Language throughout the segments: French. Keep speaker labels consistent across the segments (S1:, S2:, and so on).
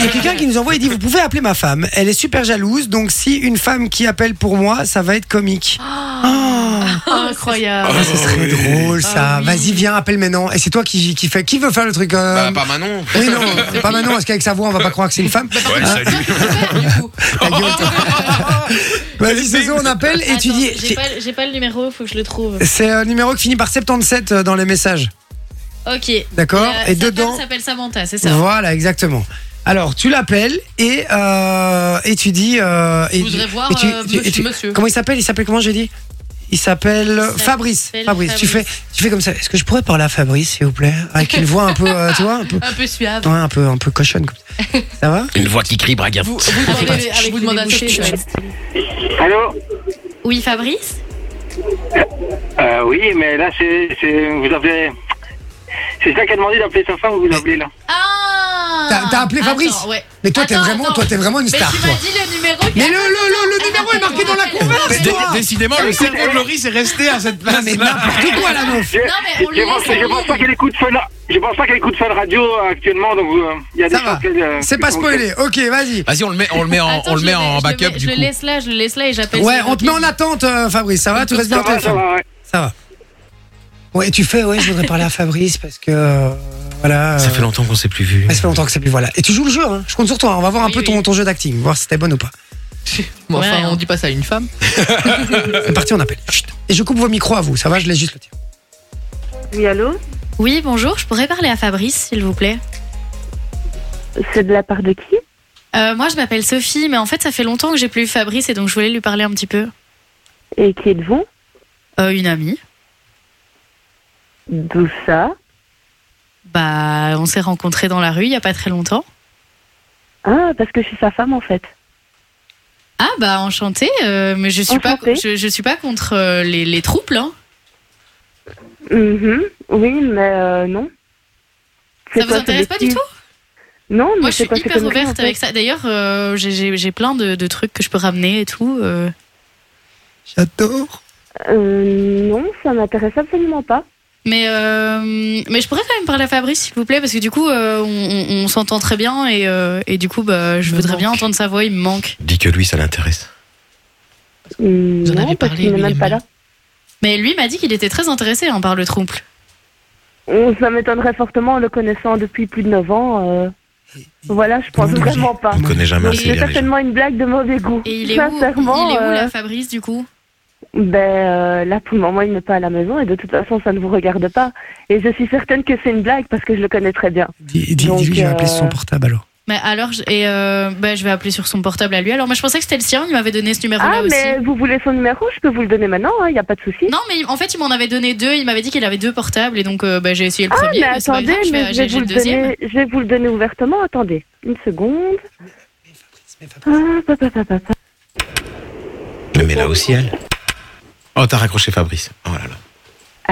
S1: a quelqu'un qui nous envoie et dit Vous pouvez appeler ma femme. Elle est super jalouse, donc si une femme qui appelle pour moi, ça va être comique.
S2: Incroyable.
S1: Ah, ce serait
S3: oui.
S1: drôle ça.
S2: Ah oui.
S1: Vas-y, viens, appelle maintenant. Et c'est toi qui, qui fait. Qui veut faire le truc euh,
S3: Bah, pas Manon.
S1: Oui, non, pas maintenant, parce qu'avec sa voix, on va pas croire que Ah, c'est une femme.
S3: Ouais, salut.
S1: Ta gueule, toi. Vas-y, Soso, on appelle et tu
S2: Attends,
S1: dis.
S2: J'ai pas, le- j'ai pas le numéro, faut que je le trouve.
S1: C'est un numéro qui finit par 77 euh, dans les messages.
S2: Ok.
S1: D'accord
S2: Euh,
S1: Oh, Et
S2: sa femme
S1: dedans.
S2: s'appelle Samantha, c'est ça
S1: Voilà, exactement. Alors, tu l'appelles et, euh, et tu dis. euh, et,
S4: Je voudrais voir, euh, monsieur- monsieur.
S1: Comment il s'appelle Il s'appelle comment j'ai dit il s'appelle
S2: s'appelle
S1: Fabrice. Fabrice. Tu fais,
S2: Fabrice.
S1: tu fais comme ça. Est-ce que je pourrais parler à Fabrice, s'il vous plaît, avec une voix un peu, euh, tu vois, un peu,
S4: Un peu suave.
S1: ouais, un peu, un peu cochonne. Comme ça. ça va
S3: Une voix qui crie, Braga.
S4: Vous, vous demandez-
S2: Ah, Avec-
S4: je
S2: avec
S4: vous
S2: les
S4: demande à
S2: débouchés,
S4: tous.
S2: ça va être stylé.
S5: Allô
S2: Oui, Fabrice
S5: euh, Oui, mais là, c'est. c'est- Vous appelez. C'est ça qui a demandé d'appeler sa femme, vous appelez là.
S2: Ah
S1: T'as- t'as appelé Fabrice
S2: Attends, ouais.
S1: Mais toi, t'es
S2: Attends,
S1: vraiment,
S2: attends.
S1: toi, t'es vraiment une
S2: Mais
S1: star.
S2: tu
S1: toi.
S2: m'as dit le numéro. qui-
S1: Mais le, le, le, le numéro est
S2: Attends,
S1: marqué dans la
S2: attends.
S3: Hein
S1: converse, toi
S3: Décidément, le cerveau de Loris est resté à cette place.
S1: Mais
S3: là.
S1: n'importe quoi, la meuf
S5: Je,
S2: Non, mais on
S5: je
S2: lui
S5: pense,
S2: laisse
S5: je pense pas qu'elle écoute Fun. Je pense pas qu'elle écoute Fun Radio euh, actuellement, donc euh, il y a des
S1: Ça
S5: choses
S1: va,
S5: qu'elle. euh,
S1: c'est pas
S5: qu'on-
S1: spoilé. Ok, vas-y.
S3: Vas-y, on le met, on le met en,
S2: Attends,
S3: on le
S2: je
S3: met
S2: vais-
S3: en
S2: je le
S3: backup
S2: mets-
S3: du
S2: Je le
S3: coup.
S2: laisse là, je le laisse là et j'appelle.
S1: Ouais,
S2: ça
S1: on te met en
S2: rapide.
S1: attente, euh, Fabrice. Ça va Tu restes bien
S5: Ça
S1: au
S5: va, ça
S1: téléphone
S5: va, ouais.
S1: Ça va. Ouais, tu fais, ouais, je voudrais parler à Fabrice parce que. euh, voilà. euh,
S3: Ça fait longtemps qu'on s'est plus vu.
S1: ouais, ça fait longtemps que c'est plus. Voilà. Et tu joues le jeu, hein. Je compte sur toi. hein. On va voir un
S2: Oui,
S1: peu ton,
S2: oui.
S1: ton jeu d'acting, voir si t'es bonne ou pas.
S4: Bon, enfin,
S2: Ouais,
S4: on dit pas ça à une femme.
S2: Euh,
S1: C'est parti, on appelle. Chut. Et je coupe vos micros à vous, ça va Je laisse juste le tien.
S6: Oui, allô
S2: Oui, bonjour, je pourrais parler à Fabrice, s'il vous plaît.
S6: C'est de la part de qui
S2: Euh, moi, je m'appelle Sophie, mais en fait, ça fait longtemps que j'ai plus eu Fabrice et donc je voulais lui parler un petit peu.
S6: Et qui êtes-vous
S2: Euh, une amie.
S6: D'où ça
S2: Bah, on s'est rencontrés dans la rue il y a pas très longtemps.
S6: Ah, parce que je suis sa femme en fait.
S2: Ah bah enchantée, euh, mais je suis pas,
S6: Enchantée.
S2: je, je suis pas contre euh, les, les troubles. Hein.
S6: Mhm. Oui, mais euh, non. C'est
S2: Ça vous
S6: quoi ce
S2: intéresse pas du
S6: bêtise
S2: tout
S6: Non, mais
S2: Moi, je
S6: c'est
S2: suis
S6: quoi ces
S2: hyper
S6: conneries, en
S2: ouverte
S6: fait
S2: avec ça. D'ailleurs, euh, j'ai- j'ai j'ai plein de, de trucs que je peux ramener et tout. euh.
S1: J'adore.
S6: Euh, non, ça m'intéresse absolument pas.
S2: Mais, euh, mais je pourrais quand même parler à Fabrice, s'il vous plaît, parce que du coup, euh, on, on- on s'entend très bien et, euh, et du coup, bah, je
S4: Me
S2: voudrais
S4: manque.
S2: bien entendre sa voix, il me manque.
S3: Dis que lui, ça l'intéresse.
S6: Hum,
S4: Vous en
S6: non,
S4: avez
S6: parce
S4: parlé,
S6: qu'il n'est
S4: lui, il
S6: même
S4: aime
S6: pas
S4: bien.
S6: là.
S2: Mais lui m'a dit qu'il était très intéressé hein, par le trouble.
S6: On- Oh, Ça m'étonnerait fortement en le connaissant depuis plus de 9 ans. euh. Voilà, je pense
S1: Comment on dit
S6: vraiment pas.
S3: On connaît
S4: Ah,
S3: jamais
S6: Donc,
S3: assez bien
S6: C'est
S3: les gens.
S6: Ah, certainement une blague de mauvais goût.
S2: Et il est où,
S6: Sincèrement,
S2: il est où
S6: euh,
S2: là, Fabrice, du coup
S6: Ben euh, là, pour le moment, il n'est pas à la maison et de toute façon, ça ne vous regarde pas. Et je suis certaine que c'est une blague parce que je le connais très bien.
S1: Dis- dis-
S6: Donc,
S1: Dis-lui que je vais appeler sur son
S6: euh,
S1: portable alors.
S2: Mais alors, je, et euh, bah, je vais appeler sur son portable à lui. Alors, moi, je pensais que c'était le sien, il m'avait donné ce numéro-là
S6: Ah,
S2: aussi.
S6: mais vous voulez son numéro Je peux vous le donner maintenant, hein, il n'y a pas de souci.
S2: Non, mais il- en fait, il m'en avait donné deux. Il m'avait dit qu'il avait deux portables et donc euh, bah, j'ai essayé le
S6: Ah,
S2: premier.
S6: mais
S2: c'est pas
S6: attendez,
S2: grave, je vais-
S6: mais je
S2: j'ai
S6: vais,
S2: j'ai
S6: vous
S2: le
S6: le
S2: deuxième.
S6: donner, je vais vous le donner ouvertement. Attendez, une seconde.
S2: Hein
S6: Ah, pa, pa, pa, pa, pa.
S3: Mais mets là aussi, elle. Oh, t'as raccroché Fabrice. Oh là là.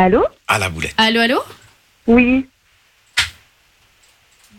S6: Allô
S3: À la boulette.
S2: Allô, allô
S6: Oui.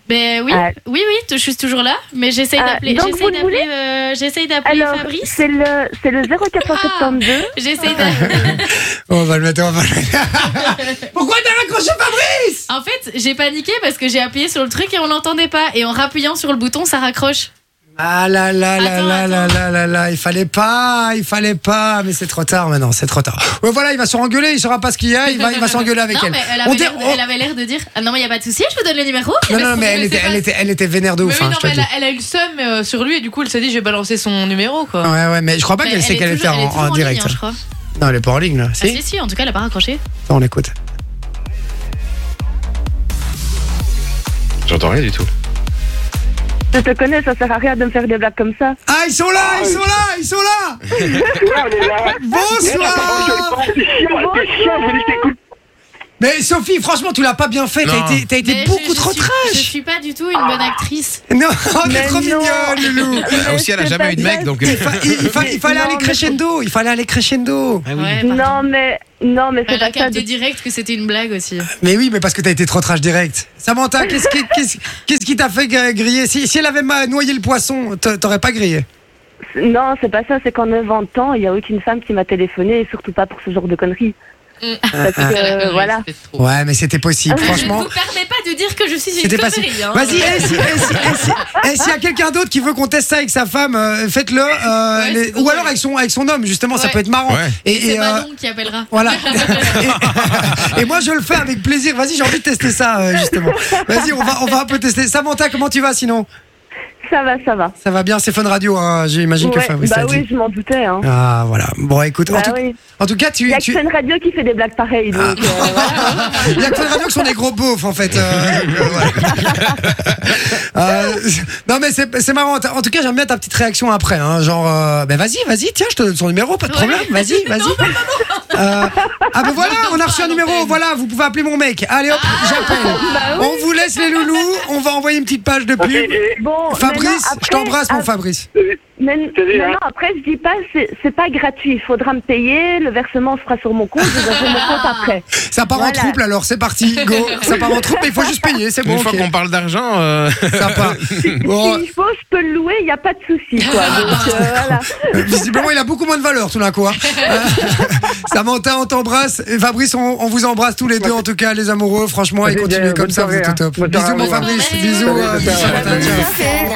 S2: Ben oui,
S6: Ah.
S2: oui, oui, t- je suis toujours là, mais j'essaye
S6: Ah,
S2: d'appeler,
S6: donc
S2: j'essaye
S6: vous le voulez
S2: d'appeler, euh, j'essaye d'appeler
S6: Alors,
S2: Fabrice. Ah.
S6: c'est le, c'est le 0472.
S2: J'essaye d'appeler.
S1: On va le mettre, on va le mettre. Pourquoi t'as raccroché Fabrice
S2: En fait, j'ai paniqué parce que j'ai appuyé sur le truc et on l'entendait pas. Et en rappuyant sur le bouton, ça raccroche.
S1: Ah là là là
S2: Attends,
S1: là là
S2: attends.
S1: là là là, il fallait pas, il fallait pas, mais c'est trop tard maintenant, c'est trop tard. Ouais, voilà, il va se rengueuler, il saura pas ce qu'il y a, il va, il va s'engueuler avec
S2: non,
S1: elle.
S2: mais elle
S1: On
S2: avait,
S1: dit-
S2: l'air de,
S1: on-
S2: elle avait l'air de dire Ah non, mais il n'y a pas de souci, je vous donne le numéro.
S1: Non,
S2: Parce
S1: non,
S2: qu'on
S1: mais elle
S2: connaissait
S1: était,
S2: pas.
S1: elle était, elle était vénère de
S4: Mais
S1: ouf,
S4: oui,
S1: hein,
S4: non,
S1: je te
S4: mais
S1: le
S4: elle,
S1: dis.
S4: a, elle a eu le seum euh, sur lui et du coup, elle s'est dit, je vais balancer son numéro, quoi.
S1: Ouais, ouais, mais je crois pas
S2: Mais
S1: qu'elle sait
S2: est
S1: qu'elle était
S2: toujours-
S1: en,
S2: elle est
S1: en
S2: toujours ligne,
S1: direct.
S2: hein, je crois.
S1: non, elle est pas en ligne là.
S2: Ah,
S1: Si,
S2: si, si, en tout cas, elle n'a pas raccroché.
S1: Attends, on écoute.
S3: J'entends rien du tout.
S6: Je te connais, ça sert à rien de me faire des blagues comme ça.
S1: Ah, ils sont là, ils sont là, ils sont là.
S2: Ah,
S5: Ouais, on est là.
S1: Bonsoir.
S5: T'es chiant, t'es chiant, je vous dis que t'écoutes.
S1: Mais Sophie, franchement, tu l'as pas bien fait. T'as
S3: Non.
S1: été, t'as été
S2: Mais
S1: beaucoup
S2: je- je
S1: trop
S2: suis- Je
S1: trash.
S2: suis pas du tout
S6: Ah.
S2: une bonne actrice.
S1: Non, t'es
S6: Mais
S1: trop
S6: non.
S1: mignonne, Loulou.
S6: Mais
S3: aussi, elle a
S6: c'est
S3: jamais
S6: pas
S3: eu de mec, donc.
S1: Il, fa- il- il fallait
S6: Mais
S1: aller
S6: non, mais-
S1: crescendo, il fallait aller crescendo.
S3: Ah
S2: Ouais, pardon.
S6: Non, mais, non, mais c'est
S2: Elle a
S6: pas ça.
S2: capté direct que c'était une blague aussi.
S1: Mais oui, mais parce que t'as été trop trash direct. Samantha, qu'est-ce qui, qu'est-ce, qu'est-ce qui t'a fait euh, griller si, si elle avait ma- noyé le poisson, t'a- t'aurais pas grillé.
S6: Non, c'est pas ça, c'est qu'en 9 ans de temps, il n'y a aucune femme qui m'a téléphoné et surtout pas pour ce genre de conneries. Parce que,
S4: Ouais,
S6: euh, voilà.
S4: c'était trop.
S1: Ouais, mais c'était possible.
S2: Je ne
S1: Franchement,
S2: vous permets pas de dire que je suis une
S1: c'était pas si.
S2: connerie. hein.
S1: Vas-y, eh, si- eh, si- eh, si- eh, s'il y a quelqu'un d'autre qui veut qu'on teste ça avec sa femme, euh, faites-le. euh,
S4: Ouais,
S1: les-
S4: c'est
S1: Ou
S4: drôle.
S1: alors avec son, avec son homme, justement, ça
S2: Ouais.
S1: peut être marrant.
S3: Ouais.
S1: Et,
S2: C'est
S1: et, euh,
S2: Manon qui appellera.
S1: Voilà. Et, et moi, je le fais avec plaisir. Vas-y, j'ai envie de tester ça, euh, justement. Vas-y, on va, on va un peu tester. Samantha, comment tu vas sinon
S6: Ça va, ça va.
S1: Ça va bien, c'est Fun Radio, hein. j'imagine que
S6: Ouais,
S1: Fabrice
S6: bah
S1: a dit.
S6: oui, je m'en doutais. Hein.
S1: Ah, voilà. Bon, écoute, en,
S6: Bah
S1: tout,
S6: oui.
S1: en tout cas, tu.
S6: Il y a que
S1: tu- Ah.
S6: Fun Radio qui fait des blagues pareilles. Donc, euh, voilà.
S1: Il y a que Fun Radio qui sont des gros beaufs, en fait. euh, voilà. Euh, non, mais c'est c'est marrant. En tout cas, j'aime bien ta petite réaction après. hein. genre, euh, ben vas-y, vas-y, tiens, je te donne son numéro, pas de
S2: Ouais.
S1: problème. Vas-y, vas-y. Euh, ah, ben voilà, on a reçu un
S2: pas,
S1: numéro.
S2: l'antenne.
S1: Voilà, vous pouvez appeler mon mec. Allez, hop,
S6: Ah,
S1: j'appelle.
S6: bah
S1: On vous laisse les loulous. On va envoyer une petite page de
S5: Ok,
S1: pub.
S5: j'ai-
S6: Bon, maintenant,
S1: Fabrice,
S6: après-
S1: je t'embrasse, mon
S6: ap-
S1: Fabrice.
S6: mais-
S5: Salut,
S6: maintenant,
S5: hein.
S6: après, je dis pas, c'est c'est pas gratuit. Il faudra me payer. Le versement se fera sur mon compte. Je vous envoie mon compte après.
S1: Ça part en
S6: Voilà.
S1: trouble, alors c'est parti, go. Ça part en trouble, mais il faut juste payer, c'est
S3: Une
S1: bon.
S3: fois
S1: ok.
S3: qu'on parle d'argent, euh,
S1: Ça part. Bon,
S6: S'il faut, je peux le louer. Il n'y a pas de souci. quoi.
S1: Ah.
S6: Donc, euh, voilà.
S1: Euh, Visiblement, il a beaucoup moins de valeur tout d'un coup. hein. Euh, Samantha, on t'embrasse. Et Fabrice, on, on vous embrasse tous les deux, en tout cas, les amoureux. Franchement, et
S7: Vas-y,
S1: continuez
S7: Diane,
S1: comme
S7: bonne
S1: ça, vous
S7: soirée,
S1: êtes au top.
S7: hein. Bonne
S1: Bisous,
S7: soirée,
S1: mon
S7: à vous, hein.
S1: Fabrice.
S2: Bye.
S1: Bisous,
S7: Salut,
S1: euh,
S7: ciao,
S1: bisous,
S7: ciao.
S1: Samantha. Ciao.